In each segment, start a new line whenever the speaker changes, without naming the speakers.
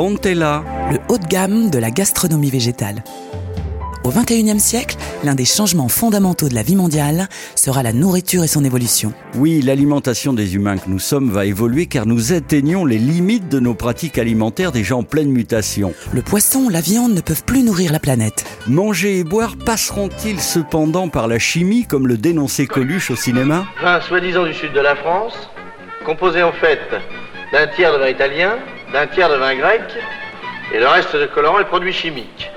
Odontella.
le haut de gamme de la gastronomie végétale. Au XXIe siècle, l'un des changements fondamentaux de la vie mondiale sera la nourriture et son évolution.
Oui, l'alimentation des humains que nous sommes va évoluer car nous atteignons les limites de nos pratiques alimentaires déjà en pleine mutation.
Le poisson, la viande ne peuvent plus nourrir la planète.
Manger et boire passeront-ils cependant par la chimie comme le dénonçait Coluche au cinéma
Vin soi-disant du sud de la France, composé en fait d'un tiers de vin italien, d'un tiers de vin grec, et le reste de colorants et produits chimiques.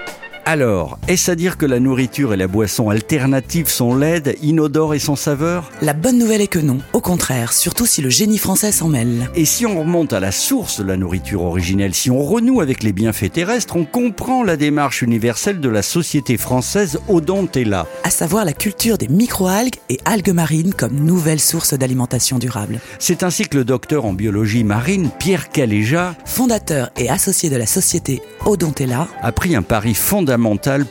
Alors, est-ce à dire que la nourriture et la boisson alternative sont laides, inodores et sans saveur
La bonne nouvelle est que non, au contraire, surtout si le génie français s'en mêle.
Et si on remonte à la source de la nourriture originelle, si on renoue avec les bienfaits terrestres, on comprend la démarche universelle de la société française Odontella.
À savoir la culture des microalgues et algues marines comme nouvelle source d'alimentation durable.
C'est ainsi que le docteur en biologie marine, Pierre Caléja,
Fondateur et associé de la société Odontella,
a pris un pari fondamental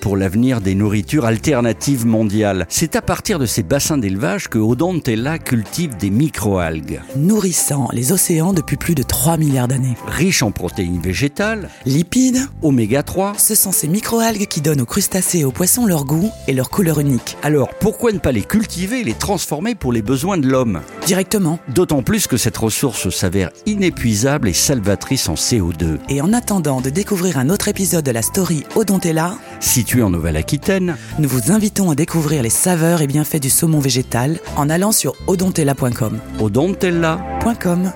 pour l'avenir des nourritures alternatives mondiales. C'est à partir de ces bassins d'élevage que Odontella cultive des microalgues.
nourrissant les océans depuis plus de 3 milliards d'années.
Riches en protéines végétales,
Lipides,
oméga 3,
ce sont ces microalgues qui donnent aux crustacés et aux poissons leur goût et leur couleur unique.
alors pourquoi ne pas les cultiver et les transformer pour les besoins de l'homme
Directement,
D'autant plus que cette ressource s'avère inépuisable et salvatrice en CO2.
Et en attendant de découvrir un autre épisode de la story Odontella,
Située en Nouvelle-Aquitaine,
nous vous invitons à découvrir les saveurs et bienfaits du saumon végétal en allant sur odontella.com.
Odontella
.com.